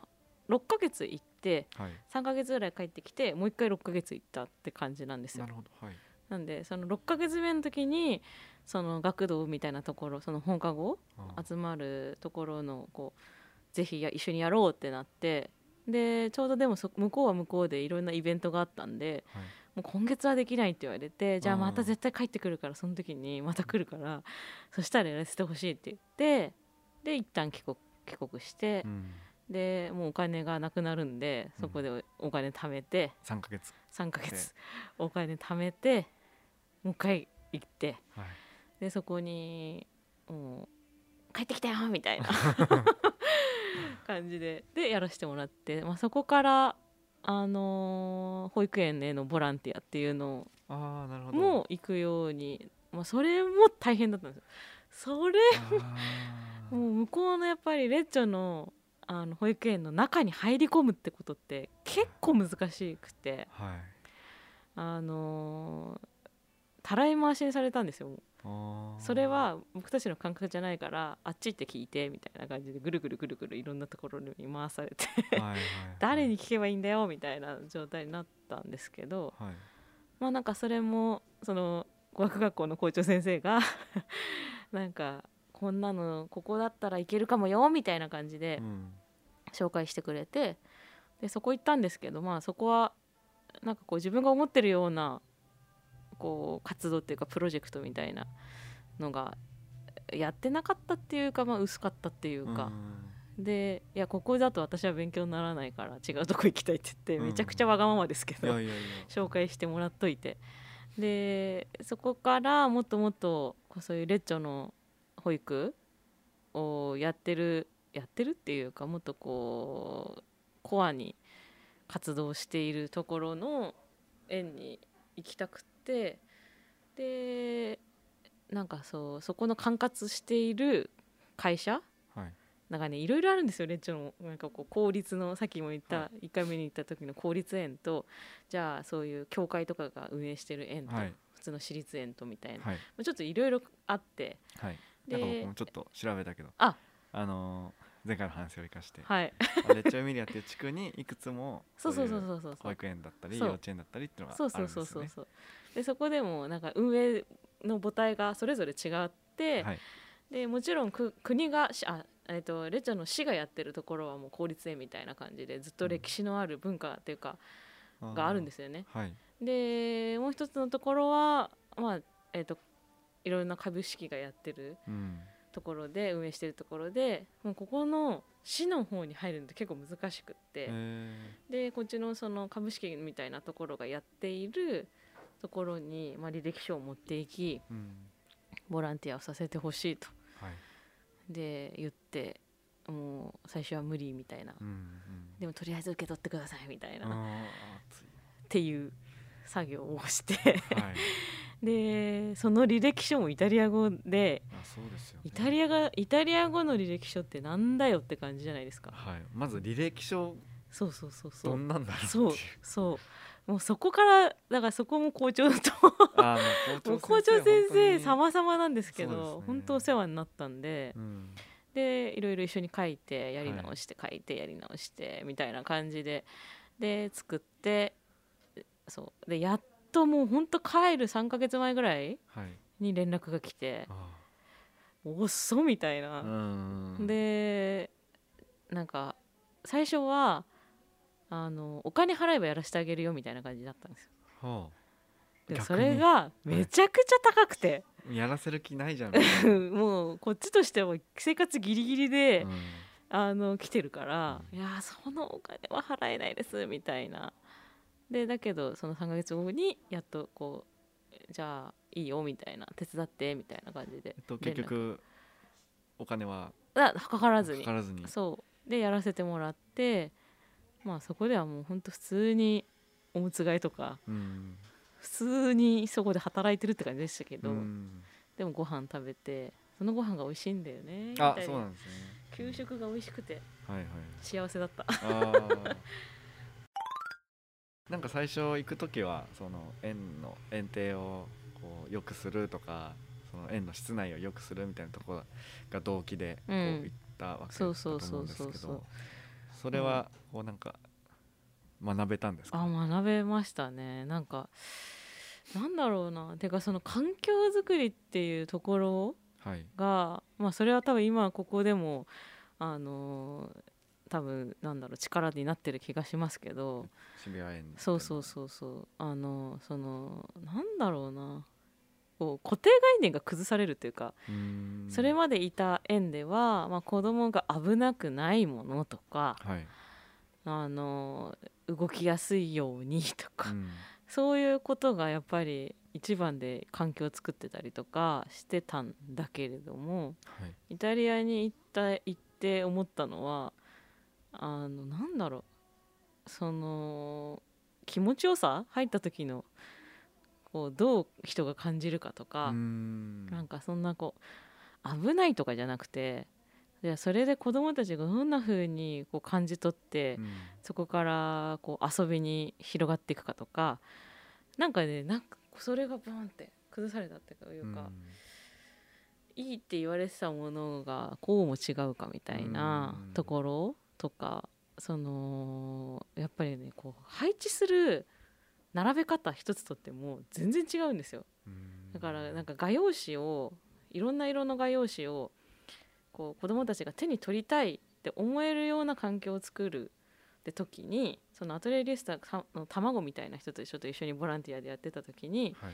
Speaker 2: 6ヶ月行って
Speaker 1: はい
Speaker 2: 3ヶ月ぐらい帰ってきてもう1回6ヶ月行ったって感じなんですよ
Speaker 1: なるほどはい
Speaker 2: なんでその6ヶ月目の時にその学童みたいなところその放課後
Speaker 1: あ
Speaker 2: 集まるところのこうぜひや一緒にやろうってなってでちょうどでもそ向こうは向こうでいろんなイベントがあったんで
Speaker 1: はい
Speaker 2: もう今月はできないって言われてじゃあ
Speaker 1: うん
Speaker 2: また絶対帰ってくるからその時にまた来るからそしたらやらせてほしいって言ってで一旦帰国帰国して
Speaker 1: う、ん、
Speaker 2: でもうお金がなくなるんでそこでおお金貯めて
Speaker 1: 3ヶ月
Speaker 2: 3ヶ月お金貯めてもう一回行って
Speaker 1: はい
Speaker 2: でそこにもう帰ってきたよみ
Speaker 1: <laughs>
Speaker 2: たいな感じででやらせてもらって、まあ、そこから、あのー保育園へのボランティアっていうの
Speaker 1: ああなるほど
Speaker 2: も行くように、まあ、それも大変だったんですよ。それ
Speaker 1: あー
Speaker 2: <laughs> もう向こうのやっぱりレッチョのあの保育園の中に入り込むってことって結構難しくて、
Speaker 1: はい
Speaker 2: あのーたらい回しにされたんですよ。もう
Speaker 1: あー
Speaker 2: それは僕たちの感覚じゃないからあっち行って聞いてみたいな感じでぐるぐるぐるぐるいろんなところに回されて
Speaker 1: はいはいはい
Speaker 2: <laughs> 誰に聞けばいいんだよみたいな状態になったんですけど
Speaker 1: はい
Speaker 2: まあなんかそれもその語学学校の校長先生が <laughs> なんかこんなのここだったらいけるかもよみたいな感じで
Speaker 1: うん
Speaker 2: 紹介してくれてでそこ行ったんですけどまあそこはなんかこう自分が思ってるようなこう活動っていうかプロジェクトみたいなのがやってなかったっていうかまあ薄かったっていうか
Speaker 1: ん
Speaker 2: でいやここだと私は勉強にならないから違うとこ行きたいって言
Speaker 1: う
Speaker 2: って
Speaker 1: ん
Speaker 2: めちゃくちゃわがままですけ
Speaker 1: い
Speaker 2: ど、
Speaker 1: やいやいや
Speaker 2: 紹介してもらっといてでそこからもっともっとこうそういうレッチョの保育をやってるやってるっていうかもっとこうコアに活動しているところの園に行きたくってでなんかそうそこの管轄している会社
Speaker 1: はい
Speaker 2: なんかねいろいろあるんですよレッチョのなんかこう公立のさっきも言った、
Speaker 1: は
Speaker 2: 1回目に行った時の公立園とじゃあそういう教会とかが運営してる園と、
Speaker 1: はい
Speaker 2: 普通の私立園とみたいな、
Speaker 1: はい
Speaker 2: まあちょっといろいろあって
Speaker 1: はいなんか僕
Speaker 2: で
Speaker 1: もちょっと調べたけど
Speaker 2: あ
Speaker 1: あのー前回の話を生かして
Speaker 2: はい
Speaker 1: レッチョエミリアっていう地区にいくつも
Speaker 2: そうそう
Speaker 1: い
Speaker 2: そうそうそう
Speaker 1: 保育園だったり
Speaker 2: そう
Speaker 1: 幼稚園だったりっていうのが
Speaker 2: そう
Speaker 1: あ
Speaker 2: そ
Speaker 1: るん
Speaker 2: う
Speaker 1: ですよ
Speaker 2: そう
Speaker 1: ね
Speaker 2: そうそうでそこでもなんか運営の母体がそれぞれ違って、
Speaker 1: はい
Speaker 2: でもちろんく国がしあえっとレッチョの市がやってるところはもう公立園みたいな感じでずっと歴史のある文化っていうか、があるんですすよね。
Speaker 1: はい
Speaker 2: でもう一つのところは、まあえー、といろんな株式がやってる
Speaker 1: うん
Speaker 2: ところで運営してるところでもうここの市の方に入るのって結構難しくって、
Speaker 1: え
Speaker 2: でこっちのその株式みたいなところがやっているところに、まあ、履歴書を持っていき
Speaker 1: ーうん
Speaker 2: ボランティアをさせてほしいと
Speaker 1: はい
Speaker 2: で言ってもう最初は無理みたいな、
Speaker 1: うんうん
Speaker 2: でもとりあえず受け取ってくださいみたいな、っ
Speaker 1: あ
Speaker 2: ていう作業をして
Speaker 1: ー暑いはい
Speaker 2: でその履歴書もイタリア語で
Speaker 1: あそうですよね
Speaker 2: イタリアがイタリア語の履歴書ってなんだよって感じじゃないですか
Speaker 1: はいまず履歴書
Speaker 2: そうそうそうそ
Speaker 1: ど
Speaker 2: うん
Speaker 1: なんだろうってい
Speaker 2: そうそうもうそこからだからそこも校長と
Speaker 1: <laughs> あー
Speaker 2: も
Speaker 1: も
Speaker 2: う
Speaker 1: う
Speaker 2: 校
Speaker 1: 校
Speaker 2: 長
Speaker 1: 長
Speaker 2: 先
Speaker 1: 先
Speaker 2: 生
Speaker 1: 生
Speaker 2: 様々なんですけ
Speaker 1: そうで
Speaker 2: ど
Speaker 1: すね
Speaker 2: 本当お世話になったんで
Speaker 1: うん
Speaker 2: でいろいろ一緒に書いてやり
Speaker 1: はい
Speaker 2: 直して書いてやり直してみたいな感じでで作ってそうでやっともう本当帰る3ヶ月前ぐらい
Speaker 1: はい
Speaker 2: に連絡が来て
Speaker 1: あ
Speaker 2: 遅っみたい
Speaker 1: ー
Speaker 2: な、
Speaker 1: うん
Speaker 2: でなんか最初はあのお金払えばやらせてあげるよみたいな感じだったんですよ
Speaker 1: はあ
Speaker 2: でも
Speaker 1: 逆
Speaker 2: それ
Speaker 1: に
Speaker 2: がめちゃくちゃ高くて、 <laughs>
Speaker 1: やらせる気ないじゃんみたいな
Speaker 2: もうこっちとしては生活ギリギリで、
Speaker 1: うん
Speaker 2: あの来てるから、
Speaker 1: う
Speaker 2: いやーそのお金は払えないですみたいなでだけどその3ヶ月後にやっとこうじゃあいいよみたいな手伝ってみたいな感じで、
Speaker 1: えっと結局お金は
Speaker 2: 連絡あかからず
Speaker 1: か
Speaker 2: に
Speaker 1: からずに
Speaker 2: そうでやらせてもらってまあそこではもうほんと普通におむつ替えとか
Speaker 1: うん
Speaker 2: 普通にそこで働いてるって感じでしたけど、
Speaker 1: うん
Speaker 2: でもご飯食べてそのご飯が美味しいんだよねみたい
Speaker 1: あ
Speaker 2: な
Speaker 1: そうなんですね
Speaker 2: 給食が美味しくて
Speaker 1: はいはい
Speaker 2: 幸せだった
Speaker 1: あーなんか最初行く時はその園の園庭をこう良くするとかその園の室内を良くするみたいなところが動機でこう
Speaker 2: うん
Speaker 1: 行ったわけ
Speaker 2: そ
Speaker 1: だと
Speaker 2: うそ
Speaker 1: 思
Speaker 2: うそう
Speaker 1: うんです
Speaker 2: そう
Speaker 1: け
Speaker 2: そう
Speaker 1: どそれはこうなんか学べたんですか、
Speaker 2: <laughs> あ学べましたねなんかなんだろうなてかその環境づくりっていうところ
Speaker 1: はい
Speaker 2: がまあそれは多分今ここでもあのー多分なんだろう力になってる気がしますけど
Speaker 1: 渋谷園
Speaker 2: そうそう
Speaker 1: う
Speaker 2: そうそうあのそのなんだろうなこう固定概念が崩されるというか、
Speaker 1: うーん
Speaker 2: それまでいた園では、まあ、子供が危なくないものとか
Speaker 1: はい、
Speaker 2: あの動きやすいようにとか、
Speaker 1: うん
Speaker 2: そういうことがやっぱり一番で環境を作ってたりとかしてたんだけれども
Speaker 1: はい、
Speaker 2: イタリアに行った行って思ったのはあのなんだろうその気持ちよさ入った時のこうどう人が感じるかと
Speaker 1: う
Speaker 2: か、
Speaker 1: ーん
Speaker 2: なんかそんなこう危ないとかじゃなくていやそれで子どもたちがどんな風にこう感じ取って、
Speaker 1: うん
Speaker 2: そこからこう遊びに広がっていくかとかなんかねなんかそれがバーンって崩されたっていう
Speaker 1: う
Speaker 2: か、
Speaker 1: ん
Speaker 2: いいって言われてたものがこうも違うかみたいな
Speaker 1: うん
Speaker 2: ところとかそのやっぱりねこう配置する並べ方一つとっても全然違うんですよ。
Speaker 1: うん
Speaker 2: だからなんか画用紙をいろんな色の画用紙をこう子どもたちが手に取りたいって思えるような環境を作るって時にそのアトリエリスタさの卵みたいな人と一緒と一緒にボランティアでやってた時に
Speaker 1: はい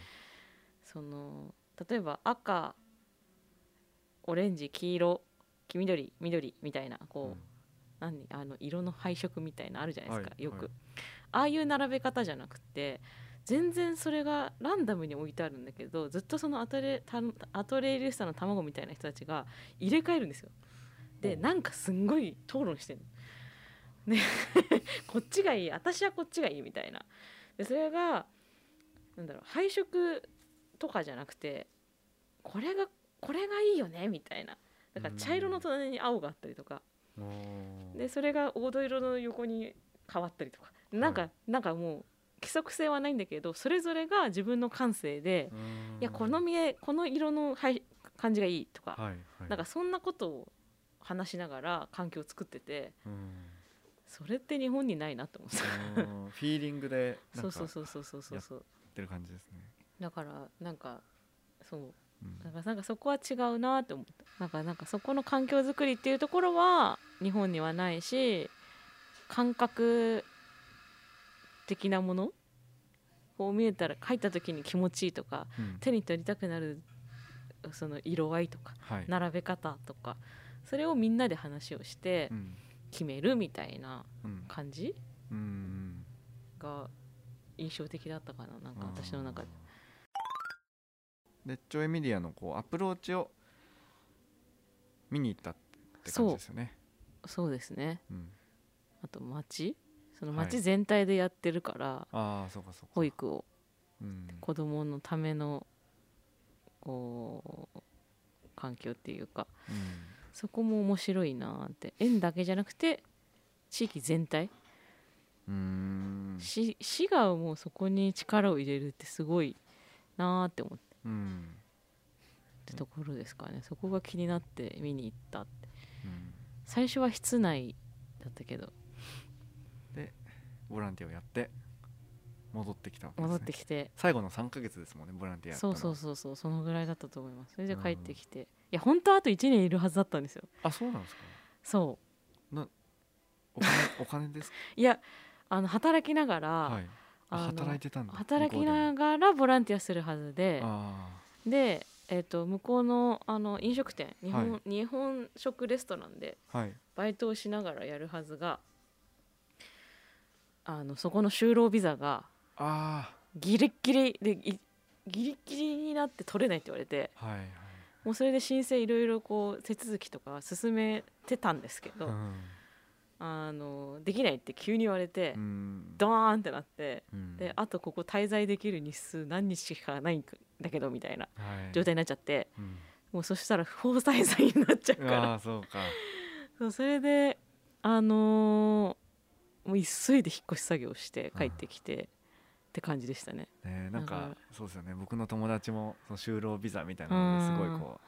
Speaker 2: その例えば赤オレンジ黄色黄緑緑みたいなこう、
Speaker 1: う
Speaker 2: 何あの色の配色みたいなあるじゃないですか、
Speaker 1: はい
Speaker 2: よ
Speaker 1: は
Speaker 2: く、
Speaker 1: い
Speaker 2: ああいう並べ方じゃなくて全然それがランダムに置いてあるんだけどずっとそのアトレたアトレイリスタの卵みたいな人たちが入れ替えるんですよで
Speaker 1: おう
Speaker 2: なんかすんごい討論してるね <laughs> こっちがいい私はこっちがいいみたいなでそれがなんだろう配色とかじゃなくてこれがこれがいいよねみたいなだから茶色の隣に青があったりとか
Speaker 1: おー
Speaker 2: でそれが黄土色の横に変わったりとかなんか、
Speaker 1: は
Speaker 2: なんかもう規則性はないんだけどそれぞれが自分の感性で、
Speaker 1: うーん
Speaker 2: いやこの見えこの色の配感じがいいとか、
Speaker 1: はいはい
Speaker 2: なんかそんなことを話しながら環境を作ってて
Speaker 1: うん
Speaker 2: それって日本にないなって思って
Speaker 1: あーフィーリングで
Speaker 2: た
Speaker 1: な
Speaker 2: そ
Speaker 1: ん
Speaker 2: う
Speaker 1: か
Speaker 2: そ
Speaker 1: や
Speaker 2: うそうそうそうそうそう
Speaker 1: ってる感じですね、
Speaker 2: だからなんかそう
Speaker 1: うん
Speaker 2: だからなんかそこは違うなって思ったなんかなんかそこの環境づくりっていうところは日本にはないし感覚的なものこう見えたら書いた時に気持ちいいとか
Speaker 1: うん
Speaker 2: 手に取りたくなるその色合いとか
Speaker 1: はい
Speaker 2: 並べ方とかそれをみんなで話をして
Speaker 1: うん
Speaker 2: 決めるみたいな
Speaker 1: うん
Speaker 2: 感じ
Speaker 1: うん
Speaker 2: が印象的だったかななんか私の中で。
Speaker 1: うんでジョエミリアのこうアプローチを見に行ったって感じですよね
Speaker 2: そうですね
Speaker 1: うん、
Speaker 2: あと町その
Speaker 1: はい
Speaker 2: 町全体でやってるから、
Speaker 1: ああそうかそうか
Speaker 2: 保育を
Speaker 1: うん
Speaker 2: 子どものためのこう環境っていうか
Speaker 1: うん
Speaker 2: そこも面白いなって園だけじゃなくて地域全体、
Speaker 1: うーん
Speaker 2: 市市がもうそこに力を入れるってすごいなって思っ
Speaker 1: うん
Speaker 2: たところですかねそこが気になって見に行ったって
Speaker 1: うん
Speaker 2: 最初は室内だったけど
Speaker 1: ボランティアをやって戻ってきたわけです、ね、
Speaker 2: 戻ってきて
Speaker 1: 最後の3か月ですもんねボランティアやった
Speaker 2: そ
Speaker 1: の
Speaker 2: う
Speaker 1: は
Speaker 2: そうそうそうそのぐらいだったと思いますそれで帰ってきて、いや本当はあと1年いるはずだったんですよ
Speaker 1: あそうなんですか
Speaker 2: そう
Speaker 1: お金 <laughs> お金ですか
Speaker 2: いやあの働きながら、
Speaker 1: はいあ
Speaker 2: あの
Speaker 1: 働いてたんだ
Speaker 2: 働き
Speaker 1: 向
Speaker 2: な
Speaker 1: こ
Speaker 2: がらボランティアするはず
Speaker 1: うで
Speaker 2: で
Speaker 1: あ
Speaker 2: で、えっと向こうのあの飲食店日本,、
Speaker 1: は
Speaker 2: 日本食レストランで
Speaker 1: あはい
Speaker 2: バイトをしながらやるはずがあのそこの就労ビザが
Speaker 1: あ
Speaker 2: ギリッギリでいギリッギリになって取れないって言われて
Speaker 1: あはいはい
Speaker 2: もうそれで申請いろいろこう手続きとか進めてたんですけど、
Speaker 1: うん
Speaker 2: あのできないって急に言われて、
Speaker 1: うん
Speaker 2: ドーンってなって。
Speaker 1: うん
Speaker 2: であとここ滞在できる日数何日しかないんだけどみたいな
Speaker 1: はい
Speaker 2: 状態になっちゃって
Speaker 1: うん
Speaker 2: もうそしたら不法滞在になっちゃうから
Speaker 1: ああそうか
Speaker 2: そうそれであのーもう急いで引っ越し作業して帰ってきてって感じでしたね
Speaker 1: ねなん
Speaker 2: な
Speaker 1: か
Speaker 2: んか
Speaker 1: そうですよね僕の友達もその就労ビザみたいなのですごいこ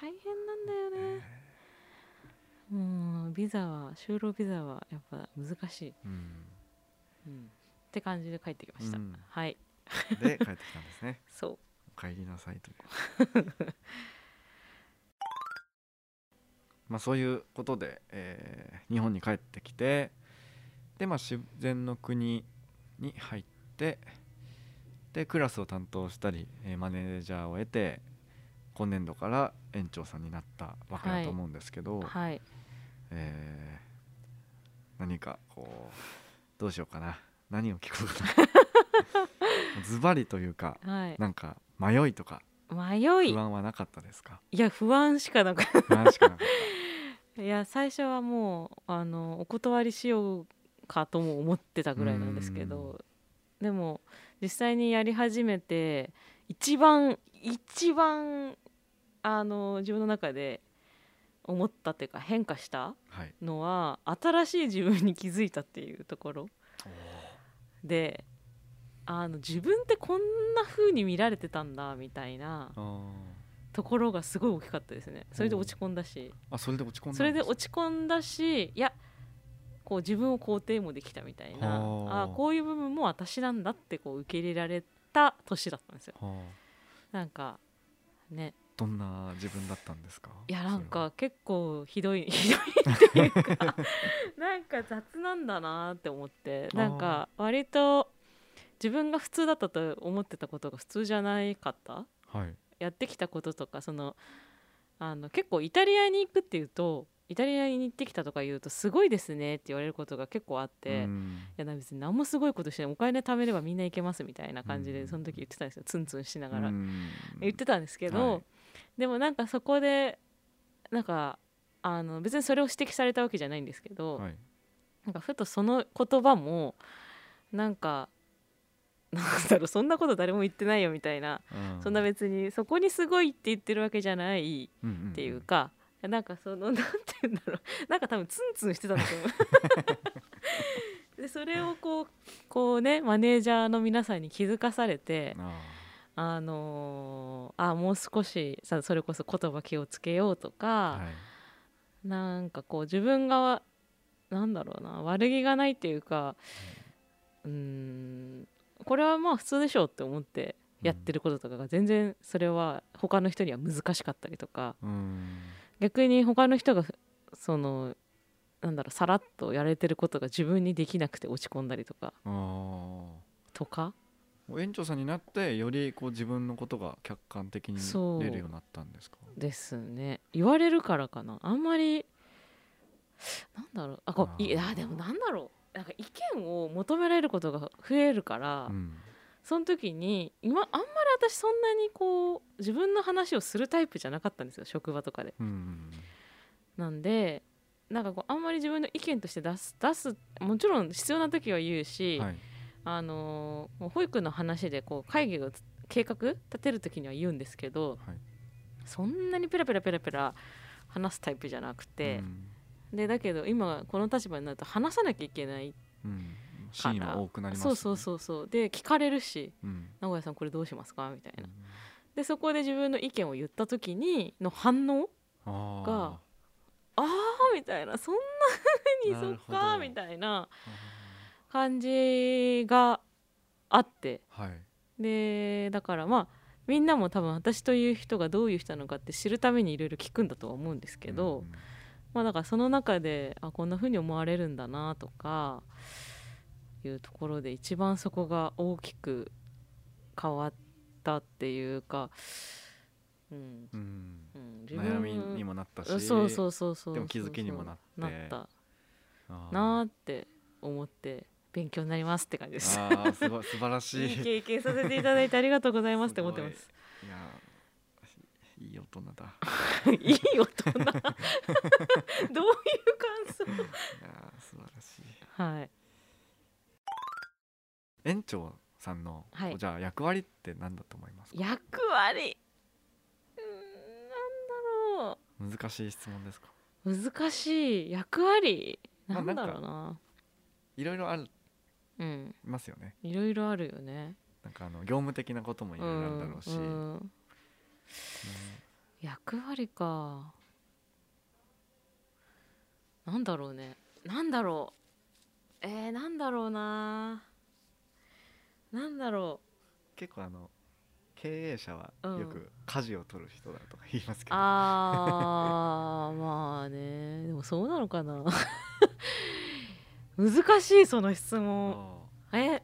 Speaker 2: 大変なん
Speaker 1: う
Speaker 2: だよね
Speaker 1: ね
Speaker 2: うんビザは就労ビザはやっぱ難しい、
Speaker 1: うん
Speaker 2: うんって感じで帰ってきました、
Speaker 1: うん
Speaker 2: はい
Speaker 1: で帰ってきたんですね
Speaker 2: そう
Speaker 1: お帰りなさいという <laughs> まあそういうことで、えー日本に帰ってきてでまあ自然の国に入ってでクラスを担当したり、えーマネージャーを得て今年度から園長さんになったわけだと思うんですけど、
Speaker 2: はい
Speaker 1: えー何かこうどうしようかな何を聞こうか
Speaker 2: <laughs>
Speaker 1: なズバリというか
Speaker 2: はい
Speaker 1: なんか迷いとか
Speaker 2: 迷い
Speaker 1: 不安はなかったですか。
Speaker 2: いや不安しかなく
Speaker 1: 不安しかなかっ
Speaker 2: いや最初はもうあのお断りしようかとも思ってたぐらいなんですけどでも実際にやり始めて一番一番あの自分の中で思ったっていうか変化した
Speaker 1: た。はい。
Speaker 2: のは新しい自分に気づいたっていうところであの自分ってこんな風に見られてたんだみたいな
Speaker 1: あ
Speaker 2: ところがすごい大きかったですねそれで落ち込んだし。
Speaker 1: ーあ、それで落ち込んだんす。
Speaker 2: それで落ち込んだしいやこう自分を肯定もできたみたいな
Speaker 1: あー
Speaker 2: あーこういう部分も私なんだってこう受け入れられた年だったんですよ
Speaker 1: はあ
Speaker 2: なんかね
Speaker 1: どんな自分だったんですか。
Speaker 2: いやなん
Speaker 1: それは。
Speaker 2: か結構ひどい <laughs> ひどいってい
Speaker 1: <laughs>
Speaker 2: うかなんか雑なんだなって思って
Speaker 1: あー
Speaker 2: なんか割と自分が普通だったと思ってたことが普通じゃないかった
Speaker 1: はい。
Speaker 2: やってきたこととかそのあの結構イタリアに行くっていうとイタリアに行ってきたとか言うとすごいですねって言われることが結構あって、
Speaker 1: う
Speaker 2: い
Speaker 1: ん
Speaker 2: やな別に何もすごいことしてないお金貯めればみんな行けますみたいな感じ
Speaker 1: う
Speaker 2: で
Speaker 1: ん
Speaker 2: その時言ってたんですよツンツンしながら、
Speaker 1: うん
Speaker 2: 言ってたんですけど、
Speaker 1: はい
Speaker 2: でもなんかそこでなんかあの別にそれを指摘されたわけじゃないんですけど、
Speaker 1: はい
Speaker 2: なんかふとその言葉もなんかなんだろうそんなこと誰も言ってないよみたいな、
Speaker 1: うん
Speaker 2: そんな別にそこにすごいって言ってるわけじゃない
Speaker 1: っ
Speaker 2: っていうか、なんかそのなんて言うん <laughs> だろうなんか多分ツンツンしてたんだと思 <laughs> うでそれをこうこうねマネージャーの皆さんに気づかされてあのーあもう少しさそれこそ言葉気をつけようとか、なんかこう自分がなんだろうな悪気がないっていうかうーんこれはまあ普通でしょうって思ってやってることとかが全然それは他の人には難しかったりとか逆に他の人がそのなんだろうさらっとやれてることが自分にできなくて落ち込んだりとかとか
Speaker 1: 園長さんになってよりこう自分のことが客観的に
Speaker 2: そう
Speaker 1: 見れるようになったんですか
Speaker 2: ですね言われるからかなあんまりなんだろうあこ
Speaker 1: あ
Speaker 2: う
Speaker 1: ー
Speaker 2: いやでもなんだろうなんか意見を求められることが増えるから、
Speaker 1: うん
Speaker 2: その時に今あんまり私そんなにこう自分の話をするタイプじゃなかったんですよ職場とかで。
Speaker 1: うん
Speaker 2: なんでなんかこうあんまり自分の意見として出す出すもちろん必要な時は言うし、
Speaker 1: はい
Speaker 2: あのーもう保育の話でこう会議をつ計画立てる時には言うんですけど
Speaker 1: はい
Speaker 2: そんなにペラペラペラペラ話すタイプじゃなくて
Speaker 1: う、ん
Speaker 2: でだけど今この立場になると話さなきゃいけない
Speaker 1: うんシーンは多くなります
Speaker 2: そうそうそうそうで聞かれるし
Speaker 1: う、うん
Speaker 2: 名古屋さんこれどうしますかみたいな
Speaker 1: うん
Speaker 2: でそこで自分の意見を言った時にの反応
Speaker 1: あー
Speaker 2: があーみたいなそんな風に
Speaker 1: な
Speaker 2: そ
Speaker 1: る
Speaker 2: っ
Speaker 1: ほど
Speaker 2: かみたい
Speaker 1: あ
Speaker 2: な感じがあって
Speaker 1: ーはい
Speaker 2: でだからまあみんなも多分私という人がどういう人なのかって知るためにいろいろ聞くんだとは思うんですけど、
Speaker 1: うん
Speaker 2: まあだからその中であこんな風に思われるんだなとかいうところで一番そこが大きく変わったっていうか、うん
Speaker 1: うん
Speaker 2: うん、自分
Speaker 1: 悩みにもなったし
Speaker 2: そうそうそうそう
Speaker 1: でも気づきにもなって
Speaker 2: なった
Speaker 1: あー
Speaker 2: なーって思って勉強になりますって感じです
Speaker 1: あーすごい素晴らし
Speaker 2: <laughs> い
Speaker 1: い
Speaker 2: い経験させていただいてありがとうございますって思ってます
Speaker 1: ごいいやーいい大人だ
Speaker 2: いい大人 <laughs> どういう
Speaker 1: いや
Speaker 2: 感想
Speaker 1: ー素晴らしい
Speaker 2: はい
Speaker 1: 園長さんの、
Speaker 2: はい
Speaker 1: じゃあ役割って何だと思いますか
Speaker 2: 役割うーんなんだろ
Speaker 1: 難しい質問ですか
Speaker 2: う難しい役割
Speaker 1: ま
Speaker 2: な
Speaker 1: あ
Speaker 2: んだろうな,、
Speaker 1: いろいろあり
Speaker 2: うん
Speaker 1: ますよね
Speaker 2: いろいろあるよね
Speaker 1: なんかあの業務的なこともいろいろあるだろうし、
Speaker 2: ん
Speaker 1: うん
Speaker 2: ん役割かなんだろうねなんだろうえー、なんだろうななんだろ
Speaker 1: 結構あの経営者は
Speaker 2: うん
Speaker 1: よく舵を取る人だとか言いますけ
Speaker 2: う
Speaker 1: ど、
Speaker 2: あー <laughs> まあねでもそうなのかな <laughs> 難しいその質問
Speaker 1: あ
Speaker 2: え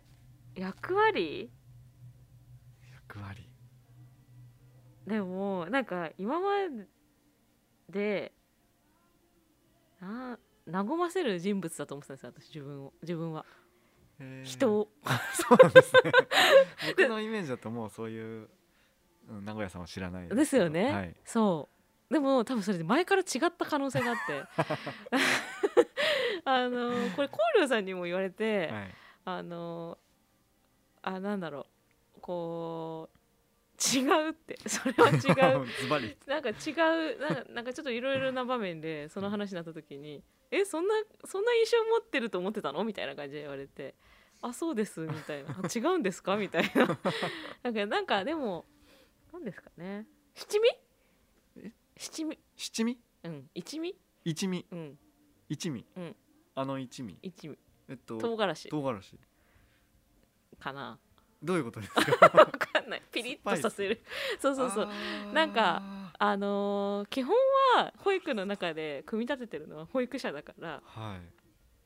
Speaker 2: 役割
Speaker 1: ー役割
Speaker 2: でもなんか今までな和ませる人物だと思ってたんですよ私自分を自分は
Speaker 1: へー
Speaker 2: 人を
Speaker 1: そうなんですね僕のイメージだともうそういう、うん、名古屋さんは知らないけど
Speaker 2: ですよね、
Speaker 1: はい
Speaker 2: そうでも多分それで前から違った可能性があって <laughs> あのこれ光陵さんにも言われて、
Speaker 1: はい
Speaker 2: あのあなんだろうこう違うってそれは違
Speaker 1: <laughs>
Speaker 2: う
Speaker 1: ズバリ
Speaker 2: なんか違うなんかなんかちょっといろいろな場面でその話になった時に「えそんなそんな印象持ってると思ってたの?」みたいな感じで言われて「あそうです」みたいな「あ違うんですか?」みたいな <laughs> なんかなんかでも何ですかね七味
Speaker 1: え
Speaker 2: 七味
Speaker 1: 七味
Speaker 2: うん一味
Speaker 1: 一味
Speaker 2: うん
Speaker 1: 一味、
Speaker 2: うん
Speaker 1: あの一味
Speaker 2: 一味
Speaker 1: えっと
Speaker 2: 唐辛子
Speaker 1: 唐辛子
Speaker 2: かな
Speaker 1: どういうことですか
Speaker 2: わかんないピリッとさせるそうそうそう
Speaker 1: う
Speaker 2: なんかあのー基本は保育の中で組み立ててるのは保育者だから
Speaker 1: は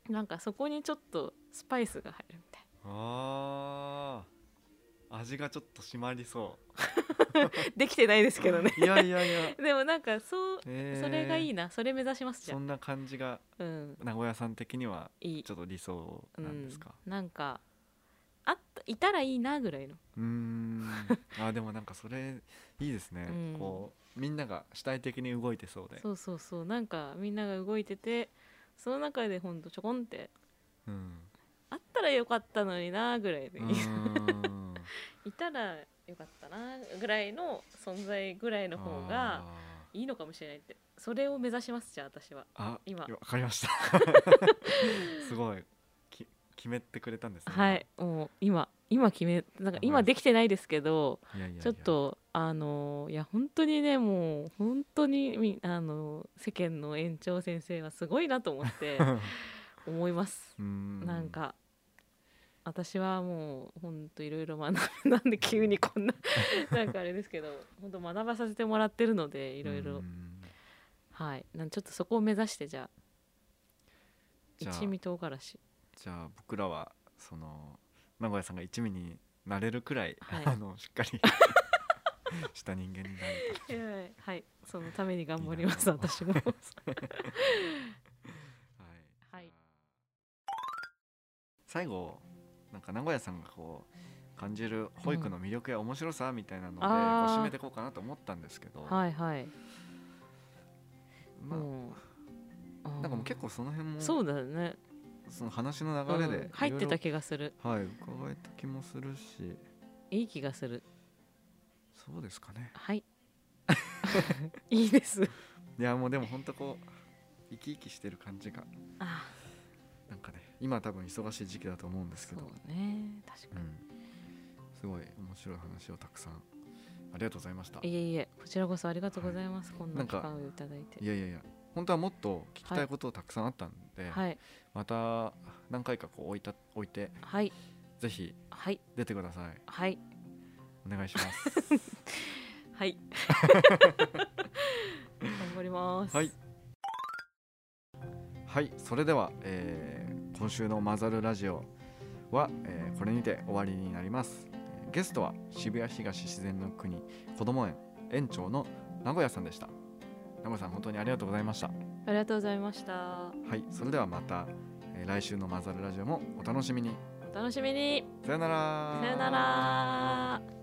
Speaker 1: い
Speaker 2: なんかそこにちょっとスパイスが入るみたい
Speaker 1: あ味がちょっと締まりそ
Speaker 2: できてないですけどね
Speaker 1: ういやいやいや
Speaker 2: <laughs> でもなんかそう、
Speaker 1: えー
Speaker 2: それがいいなそれ目指しますじゃ
Speaker 1: そ
Speaker 2: ん
Speaker 1: んな感じが
Speaker 2: うん
Speaker 1: 名古屋さん的にはい
Speaker 2: い
Speaker 1: ちょっと理想なんですか
Speaker 2: うん、なんかあったいたらいいなぐらいの
Speaker 1: うーんあでもなんかそれいいですね、
Speaker 2: うん
Speaker 1: こうみんなが主体的に動いてそうで
Speaker 2: そうそうそうなんかみんなが動いててその中でほんとちょこんって
Speaker 1: うん
Speaker 2: あったらよかったのになぐらいで
Speaker 1: うーん
Speaker 2: <laughs> いたらよかったなぐらいの存在ぐらいの方がいいのかもしれないってそれを目指しますじゃあ私は
Speaker 1: あーあ
Speaker 2: 今
Speaker 1: わかりま
Speaker 2: <laughs>
Speaker 1: したすごいき決めてくれたんですね
Speaker 2: はいもう今今決めなんか今できてないですけど
Speaker 1: いやいやいや
Speaker 2: ちょっ
Speaker 1: <laughs>
Speaker 2: とあのいや本当にねもう本当にみあの世間の園長先生はすごいなと思って
Speaker 1: <laughs>
Speaker 2: 思います
Speaker 1: うーん
Speaker 2: なんか私はもうほんといろいろ学ぶなんで急にこ
Speaker 1: <laughs>
Speaker 2: んななんかあれですけど本当学ばさせてもらってるのでいろいう
Speaker 1: ー
Speaker 2: ろ
Speaker 1: ん
Speaker 2: はいなんちょっとそこを目指してじゃあ
Speaker 1: じゃあ
Speaker 2: 一味唐辛子
Speaker 1: じゃあ僕らはその名古屋さんが一味になれるくらい、
Speaker 2: はい
Speaker 1: あのしっかり <laughs> した人間になる
Speaker 2: はいそのために頑張ります
Speaker 1: <laughs>
Speaker 2: 私も
Speaker 1: はい、
Speaker 2: はい
Speaker 1: 最後なんか名古屋さんがこう感じる保育の魅力や面白さみたいなので、こう
Speaker 2: あー
Speaker 1: 締めていこうかなと思ったんですけど、
Speaker 2: はいはい
Speaker 1: ま
Speaker 2: もう
Speaker 1: あ、なんかもう結構その辺も
Speaker 2: そうだね、
Speaker 1: その話の流れで、
Speaker 2: うん入ってた気がする
Speaker 1: たはい伺えた気もするし
Speaker 2: いい気がする
Speaker 1: そうですかね <laughs>
Speaker 2: はいいいです
Speaker 1: いやもうでも本当こう生き生きしてる感じが
Speaker 2: あ
Speaker 1: なんかね今多分忙しい時期だと思うんですけ
Speaker 2: そ
Speaker 1: ど、
Speaker 2: うね確
Speaker 1: う
Speaker 2: かに、
Speaker 1: ん、すごい面白い話をたくさんありがとうございました
Speaker 2: いえいえこちらこそありがとうございます、こん
Speaker 1: な
Speaker 2: なん機
Speaker 1: か
Speaker 2: 会をいただいて
Speaker 1: いやいやいや本当はもっと聞きたいことたくさんあったんで、
Speaker 2: はい
Speaker 1: また何回かこう置いた置いて
Speaker 2: はい
Speaker 1: ぜひ
Speaker 2: はい
Speaker 1: 出てください <laughs>
Speaker 2: はい
Speaker 1: お願いします
Speaker 2: <laughs> はい
Speaker 1: <laughs>
Speaker 2: 頑張ります
Speaker 1: はいはいそれでは、えー今週の「マザルラジオは」えーこれにて終わりになりますえーゲストは渋谷東自然の国こども園園長の名古屋さんでした名古屋さん本当にありがとうございました
Speaker 2: ありがとうございました
Speaker 1: はいそれではまた、えー来週の「マザルラジオ」もお楽しみに
Speaker 2: お楽しみに
Speaker 1: さよなら
Speaker 2: さよなら